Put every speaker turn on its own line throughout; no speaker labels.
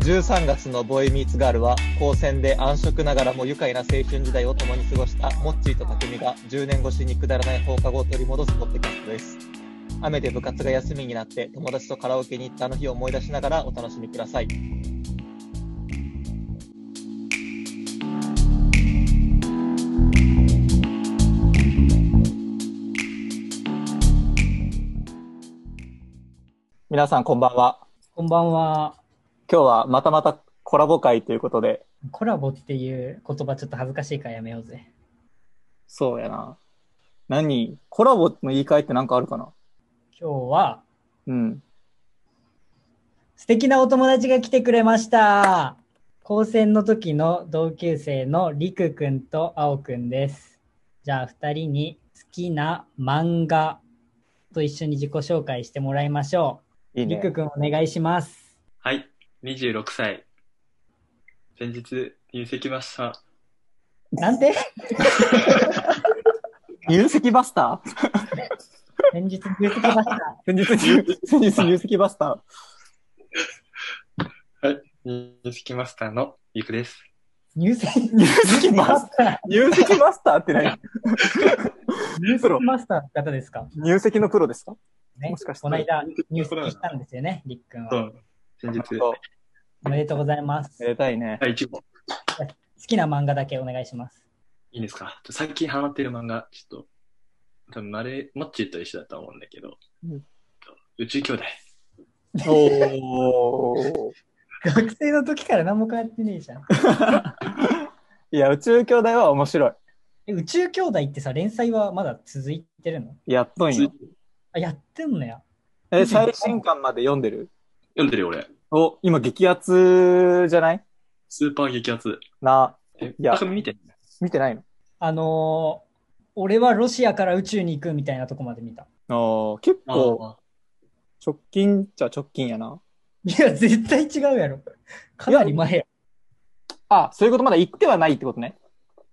13月のボーイミーツガールは、高専で暗色ながらも愉快な青春時代を共に過ごしたモッチーと匠が10年越しにくだらない放課後を取り戻すポッドキャストです。雨で部活が休みになって友達とカラオケに行ったあの日を思い出しながらお楽しみください。皆さんこんばんは。
こんばんは。
今日はまたまたコラボ会ということで、
コラボっていう言葉ちょっと恥ずかしいからやめようぜ。
そうやな。何コラボの言い換えってなんかあるかな
今日は
うん。
素敵なお友達が来てくれました。高専の時の同級生のりくくんとあおくんです。じゃあ二人に好きな漫画と一緒に自己紹介してもらいましょ。
いうい
り
ね
く。くんお願いします。
はい、26歳。先日入籍ました。
なんて
入籍バスター
先日出てきました。
先 日入、先日入籍バスタ
入籍マスターのゆくです。
入籍
ー。入籍バス、
タ
入籍バスターって何
ー。入籍マスターの方ですか、
入籍のプロですか
ね
もしかして
この間入籍したんですよね、りっくん
そ
は。
う。先日、
そう
おめでとうございます。
めでたいね。
第1号。
好きな漫画だけお願いします。
いいですかちょ最近ハマってる漫画、ちょっと、多分マレモッチーと一緒だと思うんだけど、
うん
宇宙兄弟。
おー。
学生の時から何も変わってねえじゃん。
いや、宇宙兄弟は面白
え宇宙兄弟ってさ、連載はまだ続いてるの
い。やっとんよ。
あ、やってんのや。
え、最新刊まで読んでる
読んでるよ俺。
お、今激アツじゃない
スーパー激アツ。
な、
え、
いや
高見見て。
見てない
あのー、俺はロシアから宇宙に行くみたいなとこまで見た。
のおー結構、
あ
直近っちゃ直近やな。
いや、絶対違うやろ。かなり前や。
あ、そういうことまだ言ってはないってことね。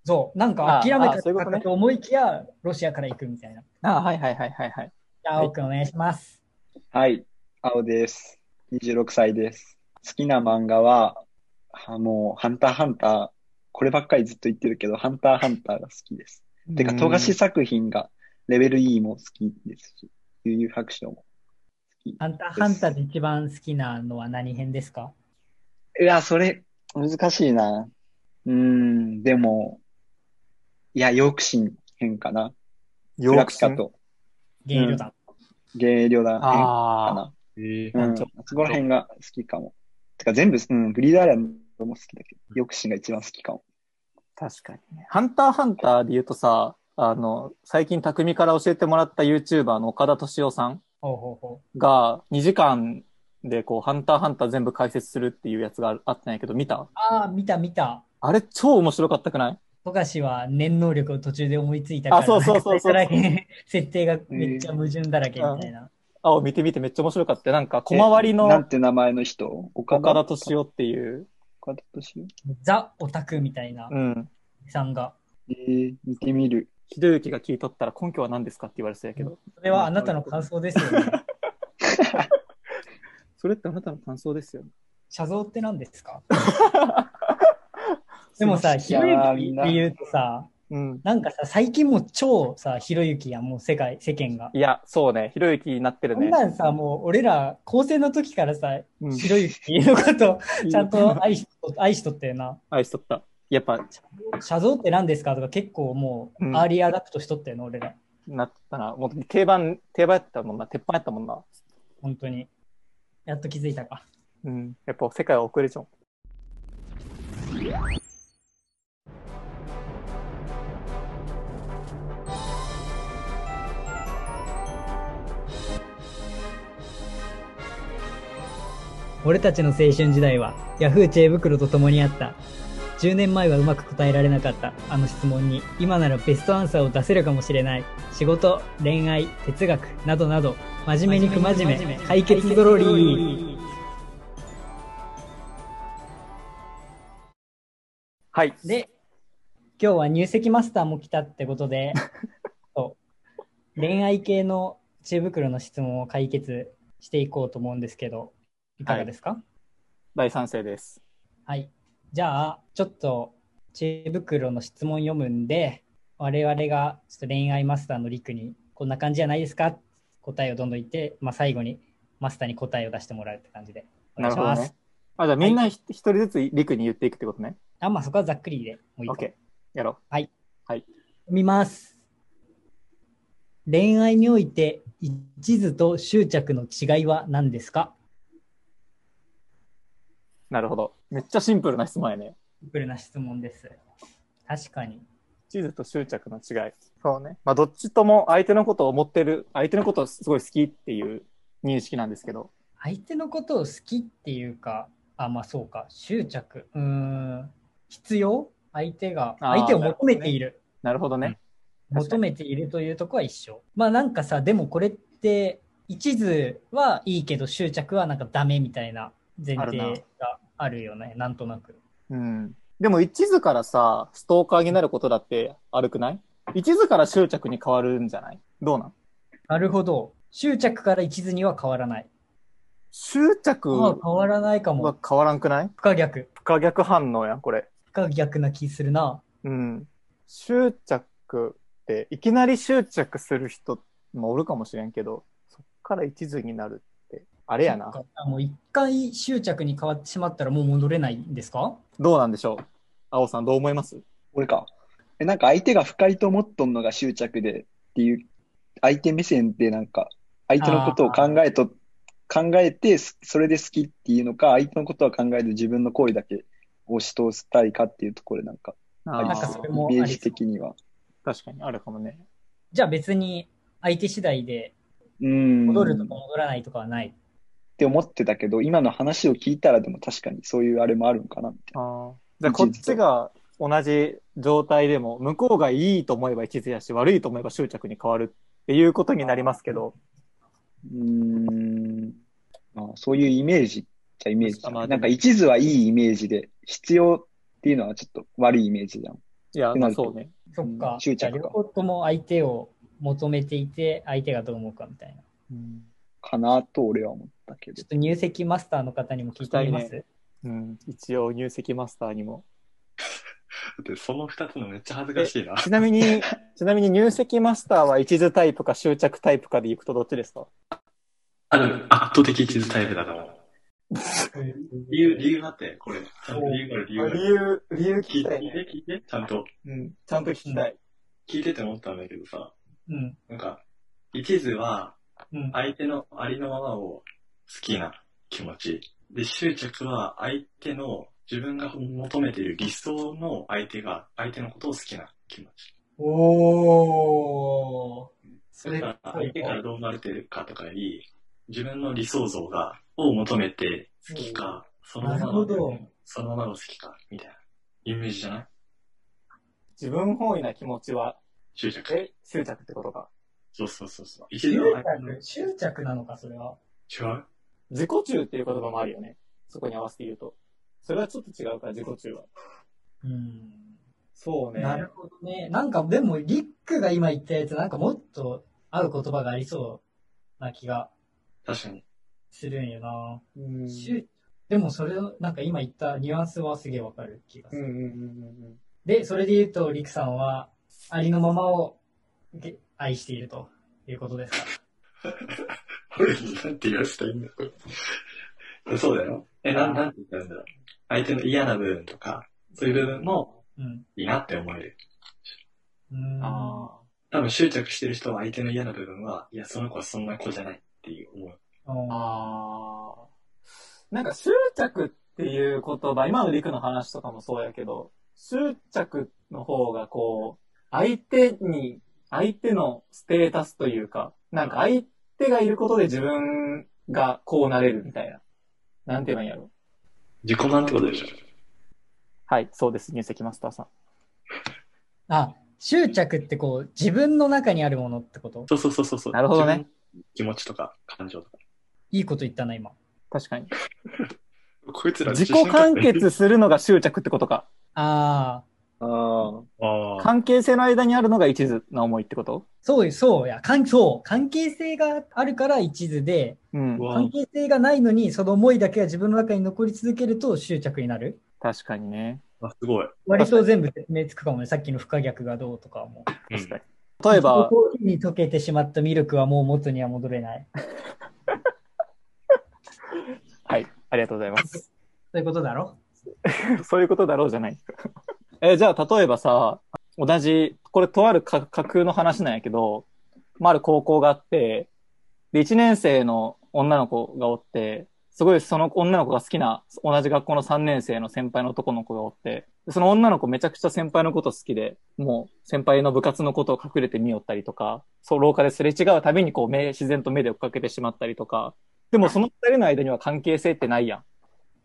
そう。なんか諦め
ああ
た
そういうことね
かと思いきや、ロシアから行くみたいな。じ
あ、はいはいはいはいはい。
ゃあ、青くんお願いします。
はい、青です。26歳です。好きな漫画は、はもう、ハンターハンター、こればっかりずっと言ってるけど、ハンターハンターが好きです。てか、富樫作品が、レベル E も好きですし、悠々白書も好き。
ハンターハンターで一番好きなのは何編ですか
うわ、それ、難しいな。うーん、でも、いや、ヨークシン編かな。
ヨ
ク
ー
ラ
ク
ピ
シ
カ
ン。
と、
ゲイルダン。
ゲイリョダン編か
ああ。
な。
えー
う
なん
ん、
と
そこら辺が好きかも。てか全部、うん、グリードアイランドも好きだけど、ヨクシンが一番好きかも。
確かにね。ハンターハンターで言うとさ、あの、最近匠から教えてもらった YouTuber の岡田敏夫さん
ほうほうほ
が2時間でこう、ハンターハンター全部解説するっていうやつがあるあったんやけど、見た
う。ああ、見た見た。
あれ超面白かったくない
富樫は念能力を途中で思いついたから、
あそうそうそうそう
なんか最初だけ 設定がめっちゃ矛盾だらけみたいな。
あ、見て見てめっちゃ面白かった。なんか、小回り
なん
の
て名前の人岡
岡田
田
敏
夫。
夫っていう、
岡田敏夫
ザ・オタクみたいな
うん。
さんが。
えー、見てみる。
ひどゆきが聞いとったら根拠は何ですかって言われそうやけど。
それはあなたの感想ですよね。
それってあなたの感想ですよね。
写像って何で すかでもさ、ひ
や
ろゆ
ーみ
き
ん
で
な
言うとさ、
うん。
なんかさ、最近もう超さ、ひろゆきやんもう世界、世間が。
いや、そうね。ひろゆきになってる
こん
ね。
なんさ、もう俺ら、高生の時からさ、
うん
ひろゆきのこと、ちゃんと愛しと愛しとったよな。
愛しとった。やっぱ、
写像って何ですかとか結構もう
う、ん
アーリーアダプトしとったよな、俺ら。
なったな。もう定番、定番やったもんな。鉄板やったもんな。
本当に。やっと気づいたか。
うん。やっぱ世界は遅れちゃう。
俺たちの青春時代は、ヤフー知恵袋と共にあった。10年前はうまく答えられなかったあの質問に、今ならベストアンサーを出せるかもしれない。仕事、恋愛、哲学、などなど、真面目に不真面目、解決ドロリー。
はい。
で、今日は入籍マスターも来たってこと で、そう恋愛系の知恵袋の質問を解決していこうと思うんですけど、いかがですか、
大賛成です。
はい。じゃあ、ちょっと、知恵袋の質問読むんで、我々がちょっと恋愛マスターのりくに、こんな感じじゃないですか答えをどんどん言って、まあ、最後にマスターに答えを出してもらうって感じで。お願いしま
なるほど
す。
ねあ、じゃあみんなひ一人ずつ陸に言っていくってことね。
あ、まあ、そこはざっくりでもういいと
OK。やろう。
見ます。恋愛において一途と執着の違いは何ですか
なるほど。めっちゃシンプルな質問やね。
シンプルな質問です。確かに。
地図と執着の違い。そうね。まあ、どっちとも相手のことを思ってる、相手のことをすごい好きっていう認識なんですけど、
相手のことを好きっていうか、あ、まあそうか、執着。うーん。必要相手が、
あー
相手を求めている。
なるほどね。確か
求
に
めているというとこは一緒。まあなんかさ、でもこれって、一途はいいけど執着はなんかダメみたいな前提
あるな
があるよね、なんとなく。
うん。でも一途からさ、ストーカーになることだって悪くない一途から執着に変わるんじゃないどうなん
なるほど。執着から一途には変わらない。
執着
ああ
は
変わらないかも。
変わらんくない
不可逆。
不可逆反応やん、これ。
不可逆な気するな。
うん。執着って、いきなり執着する人もおるかもしれんけど、そっから一途になるって、あれやな
そ。っかもう一回執着に変わってしまったらもう戻れないんですか
どうなんでしょう青さん、どう思います
俺か。え、なんか相手が不快と思っとんのが執着でっていう、相手目線でなんか、相手のことを考えと、考えて、すそれで好きっていうのか、相手のことは考えず自分の行為だけ押し通したいかっていうところでなんか、
あー
なんかそれ
イ
も
メー
あり
ジ
そう
的には。
確かにあるかもね。
じゃあ別に相手次第で
うん。
戻ると
っ
か戻らないとかはない。
て思ってたけど、今の話を聞いたらでも確かにそういうあれもあるんかな、みたいな。
あじゃあ、こっちが同じ状態でも、向こうがいいと思えば一途やし、悪いと思えば執着に変わるっていうことになりますけど、
うーん。まあ、そういうイメージっちゃイメージだね
まあ
なんか一途はいいイメージで、必要っていうのはちょっと悪いイメージじゃん。
いや、まあそうね。
そっか
う。ん執着か
じゃあ両方とも相手を求めていて、相手がどう思うかみたいな。
うん
かなと俺は思ったけ
ち
ど
ょっ。と入籍マスターの方にも聞いてみます、
うん、一応入籍マスターにも。
ってその二つのめっちゃ恥ずかしいな。
ちなみに、 ちなみに入籍マスターは一途タイプか執着タイプかでいくとどっちですか
あ、でも圧倒的一途タイプだから。理由、理由あって、これ。ちゃんと理由、これ理由ある。
由、理由
聞いて、聞いて、聞いて。ちゃんと、
うん、ちゃんと聞きたい。
聞いてて思ったんだけどさ、
うん。
なんか、一途は、
うん。
相手のありのままを好きな気持ち。で、執着は相手の自分が求めている理想の相手が、相手のことを好きな気持ち。
おー。そ
だから、相手からどう思われてるかとかより、自分の理想像が、を求めて好きか、そのままの、そのままの好きか、みたいな。イメージじゃない
自分本位な気持ちは、
執着。
え、執着ってことか。
そうそうそうそう。一
執
度は
着執着なのか、それは。
違う
自己中っていう言葉もあるよね。そこに合わせて言うと。それはちょっと違うから、自己中は。
うん。
そう
なるほどね。なんかでも、リックが今言ったやつ、なんかもっと合う言葉がありそうな気が
確かに。
するんよな。
うん。
執でもそれを、なんか今言ったニュアンスはすげえわかる気がす
う
る。
んうんうん
で、それで言うと、リクさんは、ありのままをげ愛しているということですか。
これ、なんて言わせたらいいんだ、これ。そうだよ。え、なん、なんて言ったらいいんだろう。相手の嫌な部分とか、そういう部分も
うん。
いいなって思える。
うーん。
あ
多分執着してる人は相手の嫌な部分は、いや、その子はそんな子じゃないっていう思う。
あ。
あ
ああ。なんか執着っていう言葉、今の陸の話とかもそうやけど、執着の方がこう、相手に、相手のステータスというか、なんか相手がいることで自分がこうなれるみたいな。なんて言えばいいんやろ。
自己満ってことでしょ。
はい、そうです。入籍マスターさん。
あ、執着ってこう、自分の中にあるものってこと
そうそうそうそうそう。
なるほどね。
気持ちとか、感情とか。
いいこと言ったな、今。
確かに。
こいつら
自己完結するのが執着ってことか。
ああ、
ああ。
ああ。
関係性の間にあるのが一途な思いってこと
そう、そうや、関そう関係性があるから一途で、
うん
う。わ
関係性がないのに、その思いだけが自分の中に残り続けると執着になる。
確かにね。
あすごい。
割と全部目つくかもね、さっきの不可逆がどうとかも。
うん
確かに。例えば、
コーヒーに溶けてしまったミルクはもう元には戻れない。
はい、ありがとうございます。
そういうことだろ
そういうことだろうじゃない。え、じゃあ、例えばさ、同じ、これとあるか架空の話なんやけど、まあ、ある高校があって、で、1年生の女の子がおって、すごいその女の子が好きな、同じ学校の3年生の先輩の男の子がおって、でその女の子めちゃくちゃ先輩のこと好きで、もう先輩の部活のことを隠れて見よったりとか、そう、廊下ですれ違うたびにこう目、自然と目で追っかけてしまったりとか、でもその二人の間には関係性ってないやん。っ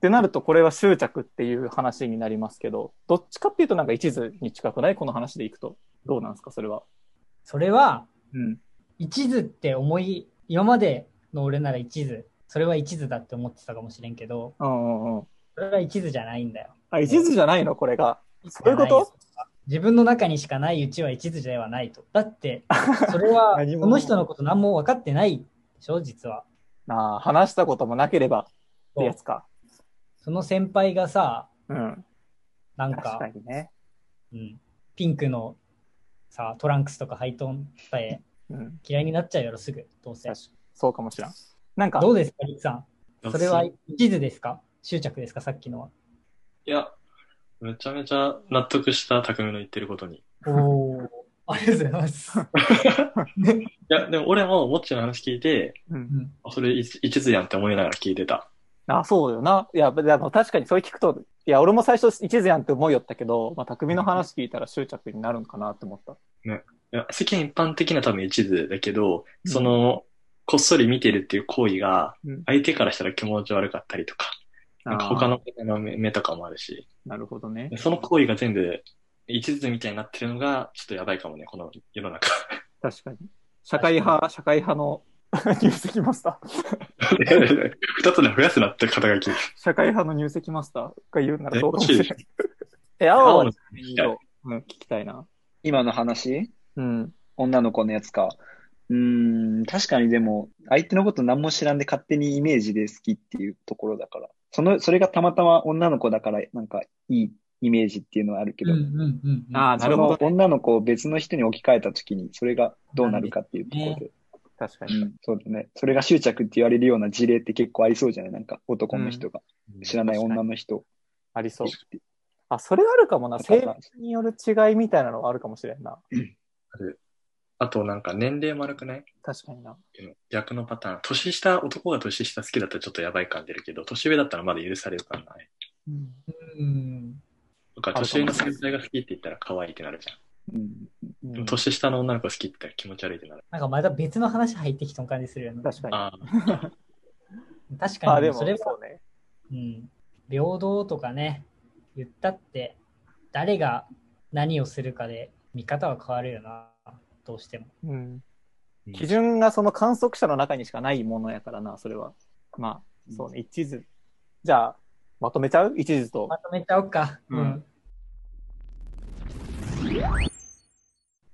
てなると、これは執着っていう話になりますけど、どっちかっていうとなんか一途に近くないこの話でいくと。どうなんですかそれは。
それは、
うん。
一途って思い、今までの俺なら一途、それは一途だって思ってたかもしれんけど、
うんうんうん。
それは一途じゃないんだよ。
あ、一途じゃないのこれが。そういうこと
自分の中にしかないうちは一途ではないと。だ って、それは
何も
この人のこと何も分かってないでしょ、実は。
ああ、話したこともなければってやつか。
その先輩がさ、
うん。
なん
確
か
か、にね。
うん、ピンクのさ、トランクスとかハイトーンさえ
うん。
嫌いになっちゃうやろ、すぐ、どうせ。
確かそうかもしらん。なんか、
どうですか、リクさん。それはい一途ですか執着ですかさっきのは。
や、めちゃめちゃ納得した匠の言ってることに。い
おお。 ありがとうございます。
や、でも俺ももっちの話聞いて、
うん
うん
あそれ一一途やんって思いながら聞いてた。
あ、そうよな。いや、でも確かにそれ聞くと、いや、俺も最初一途やんって思いよったけど、まあ、匠の話聞いたら執着になるんかなって思った。
いや世間一般的な多分一途だけど、
うん
その、こっそり見てるっていう行為が
うん、
相手からしたら気持ち悪かったりとか、なんか
あー
他の方の目目とかもあるし、
なるほどね。
その行為が全部一途みたいになってるのが、ちょっとやばいかもね、この世の 中。
確かに。社会派、社会派の 入籍マスター。
二つで増やすなって肩書き。
社会派の入籍マスターが言うなら
え
そうかも
欲し
し
い
れ
で
な
し
い
ょ。
え、青
青
は
の
いいようん、聞きたいな。
今の話
うん。
女の子のやつか。うーん、確かにでも、相手のこと何も知らんで勝手にイメージで好きっていうところだから。その、それがたまたま女の子だから、なんかいいイメージっていうのはあるけ
うんう
ど、
んうんうん。
ああ、なるほど
そ。の女の子を別の人に置き換えたときに、それがどうなるかっていうところで。
確か
う
に。
ん、 そうだね。それが執着って言われるような事例って結構ありそうじゃないなんか男の人が知らない女の人。
ありそう。あ、それあるかもな。性別による違いみたいなのはあるかもしれんな。
あとなんか年齢も悪くない
確かにな。
逆のパターン。年下、男が年下好きだったらちょっとやばい感じるけど、年上だったらまだ許されるからない。
うん。
うん。
とか、
あ
年上の先輩が好きって言ったら可愛いってなるじゃん。
うん。
でも年下の女の子好きって言ったら気持ち悪いってなる。
なんかまた別の話入ってきた感じするよね。
確かに。
あ
確か
あ、
に、
でも、
そ
そ
れ
う
は、
ね。
うん、平等とかね、言ったって、誰が何をするかで見方は変わるよな、どうしても。
うん。
あ。
基準がその観測者の中にしかないものやからな、それは。まあ、そうね。一途。じゃあ、まとめちゃう一途と
ま。とめちゃおうか。
うん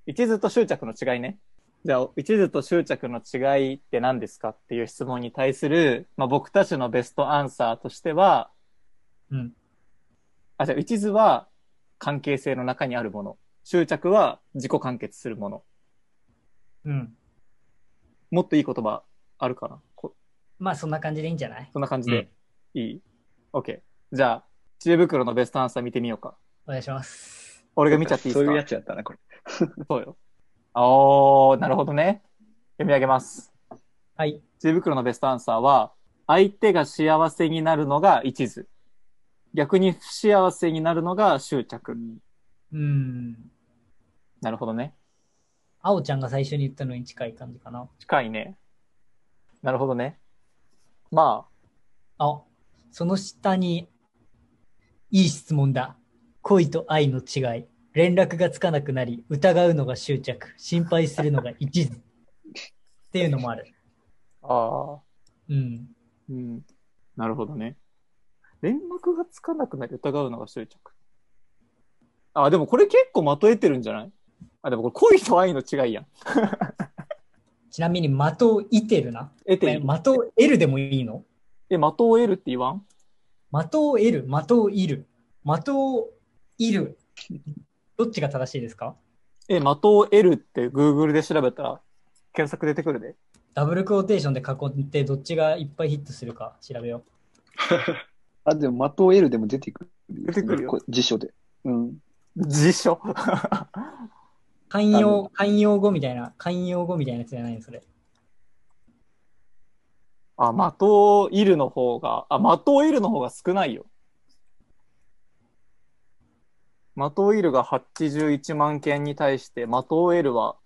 一途と執着の違いね。じゃあ、一途と執着の違いって何ですかっていう質問に対する、まあ、僕たちのベストアンサーとしては、
うん。
あ、じゃあ、一途は関係性の中にあるもの。執着は自己完結するもの。
うん。
もっといい言葉あるかなこ
まあそんな感じでいいんじゃない
そんな感じで。いい ?OK。じゃあ、知恵袋のベストアンサー見てみようか。
お願いします。
俺が見ちゃっていいで
そう
す
い
か
うやつやったな、これ。
そうよ。おー、なるほどね。読み上げます。
はい。
知恵袋のベストアンサーは、相手が幸せになるのが一途。逆に不幸せになるのが執着。
うん。
なるほどね。
あおちゃんが最初に言ったのに近い感じかな。
近いね。なるほどね。ま
あ、その下に、いい質問だ。恋と愛の違い。連絡がつかなくなり、疑うのが執着。心配するのが一途。っていうのもある。
あ、ああ、
うん。
うん。なるほどね。連絡がつかなくなり疑うのが執着。あ、でもこれ結構まとえてるんじゃないあ、でもこれ恋と愛の違いやん。
ちなみに、的を射てるな。
得てい
え
る
的を得るでもいいの
え、的を得るって言わん
的を得る、的を射る。的を射る。どっちが正しいですか
え、的を得るって Google で調べたら検索出てくるで。
ダブルクォーテーションで囲ってどっちがいっぱいヒットするか調べよ
あ、でも、的を得るでも出てくる。
出てくるよ
こ辞書で。うん。
辞書。
う。寛容
あ、
寛容語みたいな、寛容語みたいなやつじゃないのそれ。
あ、的を得るの方が、あ、的を得るの方が少ないよ。的を得るが81万件に対して、的を得るは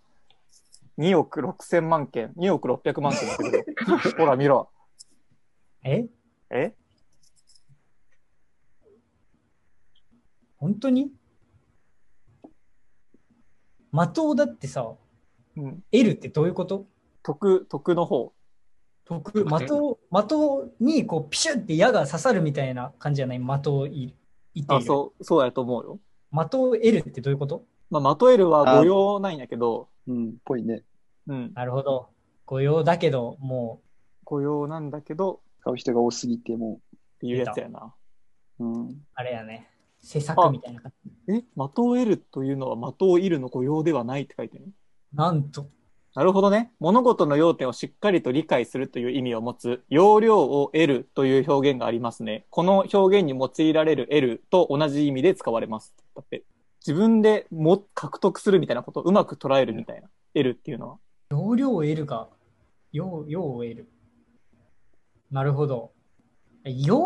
2億6千万件、2億600万件だって こと。ほら見ろ。
え
え
本当に的をだってさ、
うん。
得るってどういうこと
得、得の方。
得、的を、的にこうピシュって矢が刺さるみたいな感じじゃない的を射射てい
あ、
る。
そう、そうやと思うよ。
的を得るってどういうこと
まあ、的得るは
あ
誤用ないんやけど、
うん。ぽいね。
うん。
なるほど。御用だけど、も
誤用なんだけど、
買う人が多すぎても
っていうやつやな。
う。 うん。
う、あれやね、施策みたいな感じ。
え、的を得るというのは的を得るの誤用ではないって書いてる。
なんと、
なるほどね。物事の要点をしっかりと理解するという意味を持つ、要領を得るという表現がありますね。この表現に用いられる得ると同じ意味で使われます。だって、自分でも獲得するみたいなことをうまく捉えるみたいな。得るっていうのは。
容量を得るか、用用を得る。なるほど。用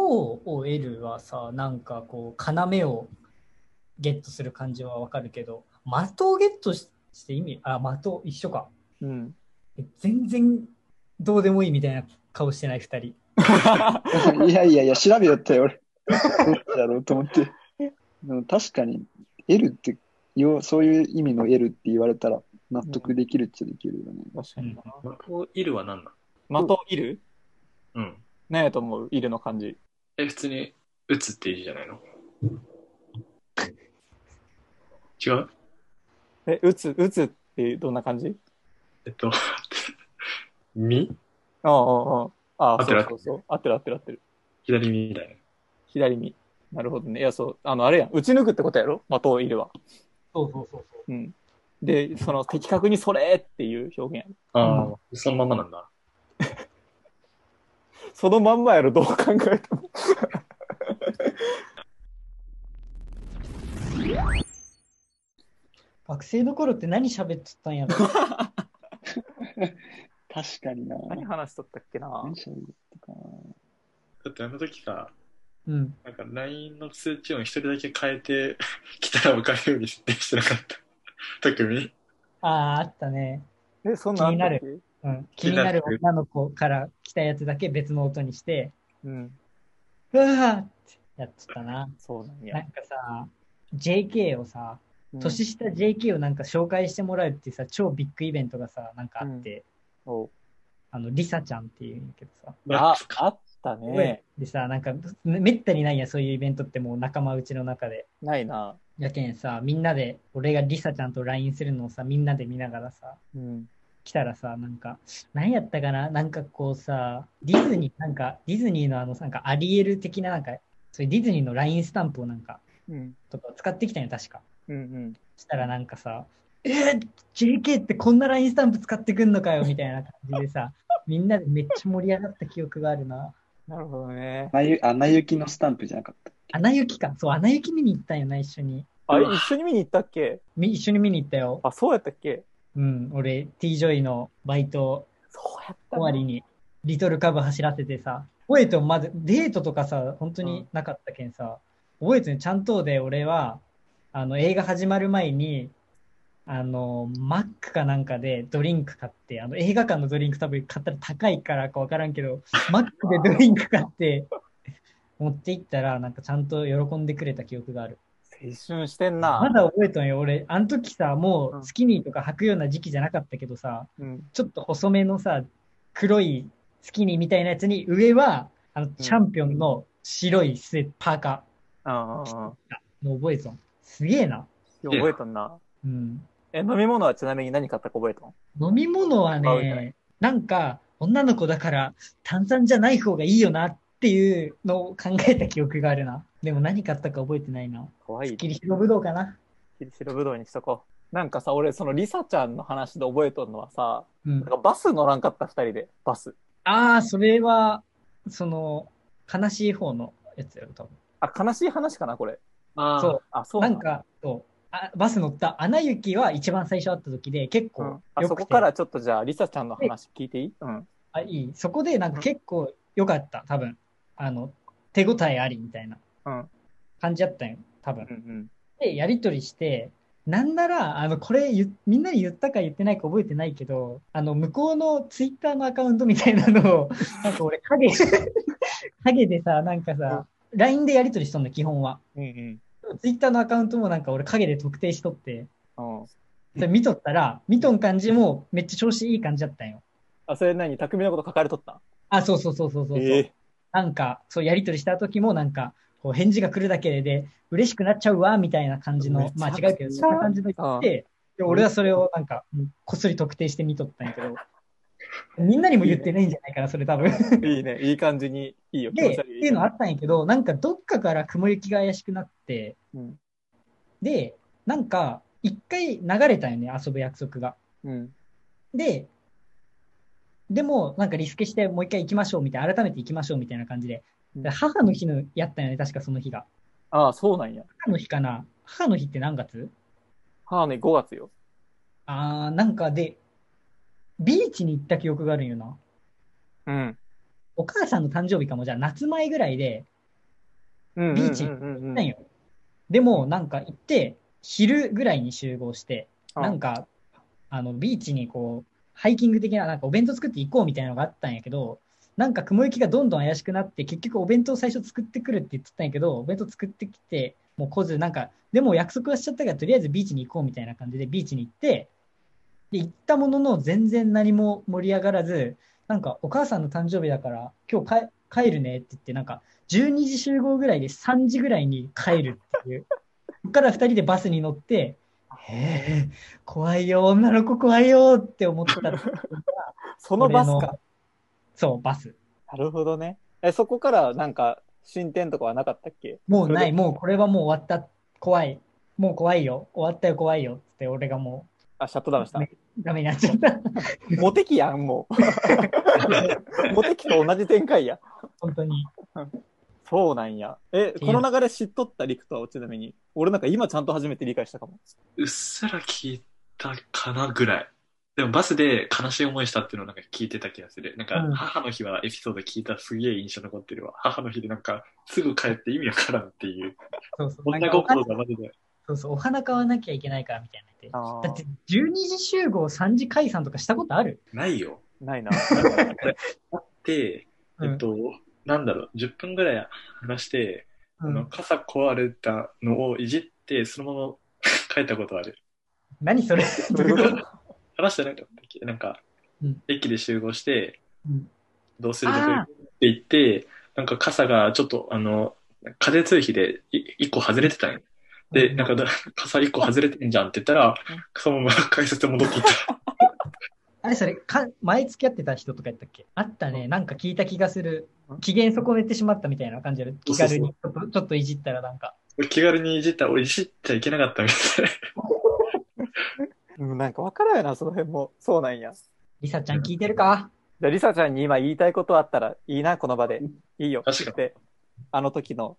を得るはさ、なんかこう、要をゲットする感じはわかるけど、的をゲットしして意味、あ、的一緒か。
うん。
え全然どうでもいいみたいな顔してない二人。
いやいやいや、調べよったよ、俺。どっちだろうと思って。でも確かに、得るって、ようそういう意味の得るって言われたら、納得できるっちゃできるよね。
確かにな。
こう、いるは何なん
的を得る
うん。
何やと思ういるの漢字。
え、普通に、打つっていいじゃないの違う
え、打つ、打つってどんな感じ
えっと、 み
ああ、ああ、ああ、
合っ
そ
てる
うそうそう。合ってる合ってる合ってる。
左みみたいな。
左に。なるほどね。いや、そう。あの、あれやん。打ち抜くってことやろ的を得るは。
そうそうそうそう。
うん。で、その、的確にそれっていう表現や
ああ、そのまんまなんだ。
ろそのまんまやろ、どう考えても。
学生の頃って何喋っとったん やろ
確かにな。
何話しとったっけな
何しようかな
だってあの時か、
うん。
なんか LINE の通知音一人だけ変えて、 来たら分かるように設定してなかった。 特に。
ああ、あったね。
え、そんなんあったっけ
うん、気に
気に
な
な
る
る
女の子から来たやつだけ別の音にして、
うん。
うわーってやってたな。
そうなん
な
や。
んかさ、JK をさ、
うん
年下 JK をなんか紹介してもらうっていうさ、超ビッグイベントがさ、なんかあって、
お
あの、リサちゃんっていうんやけどさ。
あ、あったね。
でさ、なんか、めめったにないやん、そういうイベントってもう仲間うちの中で。
ないな。
やけんさ、みんなで、俺がリサちゃんと LINE するのをさ、みんなで見ながらさ、
うん。
来たらさ、なんか、何やったかななんかこうさ、ディズニー、なんか、ディズニーのあの、なんか、アリエル的な、なんか、そういうディズニーの LINE スタンプをなんか、
うん。
とか使ってきたんよ、確か。
うんうん。
したらなんかさ、えー、JK ってこんな LINE スタンプ使ってくんのかよ、みたいな感じで さ、みんなでめっちゃ盛り上がった記憶があるな。
なるほどね。
穴ゆ。穴行きのスタンプじゃなかった。
穴行きか。そう、穴行き見に行ったんよな、一緒に。
あれ、
うわ
一緒に見に行ったっけ
み一緒に見に行ったよ。
あ、そうやったっけ
うん、俺、t ジョイのバイト
そうやった
終わりに、リトルカブ走らせてさ、覚えてもまず、デートとかさ、本当になかったけんさ、覚えてね、ちゃんとで俺は、あの、映画始まる前に、あの、マックかなんかでドリンク買って、あの、映画館のドリンク多分買ったら高いからかわからんけど、マックでドリンク買って、持って行ったら、なんかちゃんと喜んでくれた記憶がある。
青春してん
ま
な。
だ覚えとんよ、俺。あの時さ、もうスキニーとか履くような時期じゃなかったけどさ、
うん。
ちょっと細めのさ、黒いスキニーみたいなやつに、上は、あの、チャンピオンの白いスウェパーカ
ああ。
ーの覚えぞん。すげえな。
よう覚えたんな。
うん。
え、飲み物はちなみに何買ったか覚えたの
飲み物は
買うじゃな
ね、なんか、女の子だから炭酸じゃない方がいいよなっていうのを考えた記憶があるな。でも何買ったか覚えてないな。
かわいい。
キリヒロブドウかな。
キリシロブドウにしとこう。なんかさ、俺、そのリサちゃんの話で覚えとんのはさ、
うん
なん。かバス乗らんかった二人で、バス。
ああ、それは、その、悲しい方のやつだよ、多分。
あ、悲しい話かな、これ。
あ
そう。
あ、そう
なんか、そう。あバス乗った、アナ雪は一番最初会った時で、結
う
構
ん、
よく
あ
て、
そこからちょっとじゃあ、リサちゃんの話聞いていいうん。
あ、いい。そこで、なんか結構良かった、多分。あの、手応えありみたいな
うん
感じだったんよ、多分
うんう。ん。
で、やりとりして、なんなら、あの、これ言、みんなに言ったか言ってないか覚えてないけど、あの、向こうのツイッターのアカウントみたいな のを、なんか俺、影、 影でさ、なんかさ、LINE でやりとりしとんだ、基本は。
うん
ツイッターのアカウントもなんか俺影で特定しとって、
うん。うん。
それ見とったら、見とん感じもめっちゃ調子いい感じだったんよ。
あ、それ何匠のこと書かれとった
あ、そうそうそうそうそうそう。
え
なんか、そうやりとりした時もなんか、こう返事が来るだけで嬉しくなっちゃうわ、みたいな感じ
め
の
ち、
ま
ゃ
あ
くちゃ
違うけど、そんな感じの言って、で俺はそれをなんか、こっそり特定して見とったんやけど、みんなにも言ってないんじゃないかな、それ 多分。
えいいね。いい感じに。いいよ。気持
で、
ち
って
悪い
いうのあったんやけど、なんかどっかから雲行きが怪しくなって、
うん
で、なんか、一回流れたんよね、遊ぶ約束が。
うん。
で、でも、なんかリスケしてもう一回行きましょうみたいな、改めて行きましょうみたいな感じで。
うん
で母の日のやったよね、確かその日が。
ああ、そうなんや。
母の日かな母の日って何月
母の日5月よ。
あー、なんかで、ビーチに行った記憶があるんよな。
うん。
お母さんの誕生日かも、じゃあ夏前ぐらいで、
うんうん
ビーチ
うんうんうん
なんよ。でも、なんか行って、昼ぐらいに集合して、
あ
なんか、あの、ビーチにこう、ハイキング的な、なんかお弁当作っていこうみたいなのがあったんやけど、なんか雲行きがどんどん怪しくなって、結局お弁当最初作ってくるって言ってたんやけど、お弁当作ってきて、もう来ず、なんか、でも約束はしちゃったから、とりあえずビーチに行こうみたいな感じで、ビーチに行って、で、行ったものの、全然何も盛り上がらず、なんか、お母さんの誕生日だから、今日帰帰るねって言って、なんか、12時集合ぐらいで3時ぐらいに帰るっ ていう。そっから2人でバスに乗って、へえ、怖いよ、女の子怖いよって思ったら
そのバス
俺
か
の。そう、バス。
なるほどね。え、そこからなんか進展とかはなかったっけ
もうな
それ
い、
で
もうこれはもう終わった、怖い、もう怖いよ、終わったよ、怖いよって、俺がも
あ、シャットダウンした
ね。うダメになっちゃった。
モテキやん、もう。 モテキと同じ展開や。
本当に。
そうなんや。え、この流れ知っとった陸とはちなみに。俺なんか今ちゃんと初めて理解したかも。
うっすら聞いたかなぐらい。でもバスで悲しい思いしたっていうのをなんか聞いてた気がする。なんか
うん
母の日はエピソード聞いたらすげえ印象残ってるわ。母の日でなんかすぐ帰って意味わからんっていう。
そうそう。なん
女
かお花
心がまでで。
そうそう、お花買わなきゃいけないからみたいな言
あ
って。だ
ー
って、12時集合3時解散とかしたことある
ないよ。
ないな。
で、えっと、なんだろう、10分ぐらい話して、
う
あ
んう
の
ん、
傘壊れたのをいじって、そのま ま帰ったことある。
何それどういうこと
話してなかったっけなんか、
うん
駅で集合して、
うん
どうするどこ
あー
行くって言って、なんか傘がちょっと、あの、風通費で1個外れてたんよ。 で、なんかだ、傘1個外れてんじゃんって言ったら、そのまま改札戻って いった。
あれそれか、前付き合ってた人とかやったっけあったね。なんか聞いた気がする
うん。
機嫌損ねてしまったみたいな感じで、気軽にちょっとちょっといじったらなんか。
気軽にいじった、俺いじっちゃいけなかったみたい。
うんなんかわからんよな、その辺も。そうなんや。
リサちゃん聞いてるか
じゃあ、リサちゃんに今言いたいことあったらいいな、この場で。いいよ。
確かに
であの時の。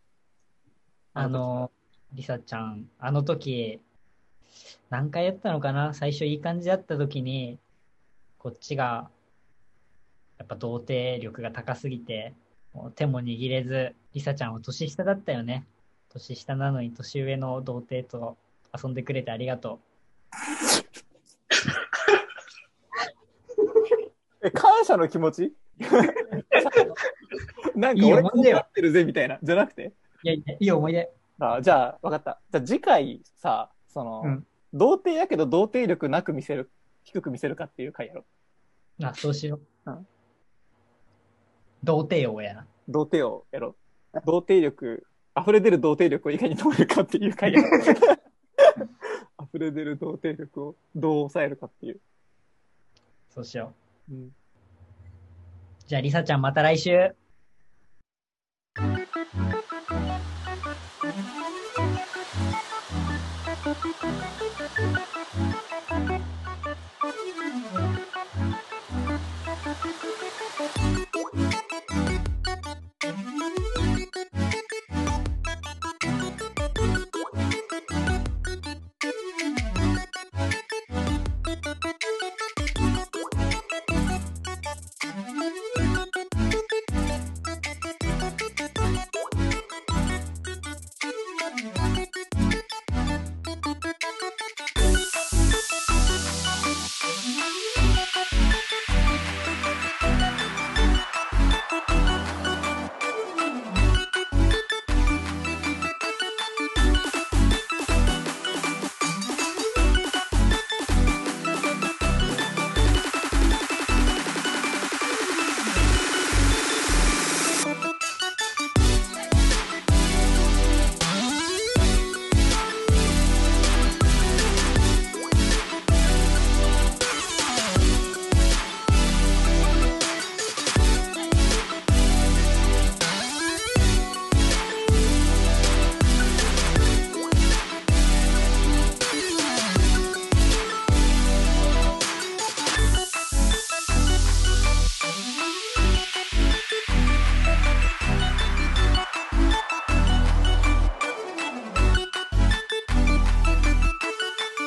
あの、リサちゃん、あの時、何回やったのかな最初いい感じだった時に、こっちが、やっぱ童貞力が高すぎて、もう手も握れず、リサちゃんは年下だったよね。年下なのに年上の童貞と遊んでくれてありがとう。
え、感謝の気持ち なんか
いい
俺
思い出よ
困ってるぜ、みたいな。じゃなくて。
いやいや、いい思い出。
あじゃあ、わかった。じゃあ次回さ、その、
うん
童貞やけど童貞力なく見せる、低く見せるかっていう回やろ。
あ、そうしよ
う
う。
ん
童貞王やな。
童貞をやろ う。童貞力、溢れ出る童貞力をいかに止めるかっていう回やろ。れ出る同定力をどう抑えるかっていう。
そうしよう。
うん
じゃあ、りさちゃんまた来週。
「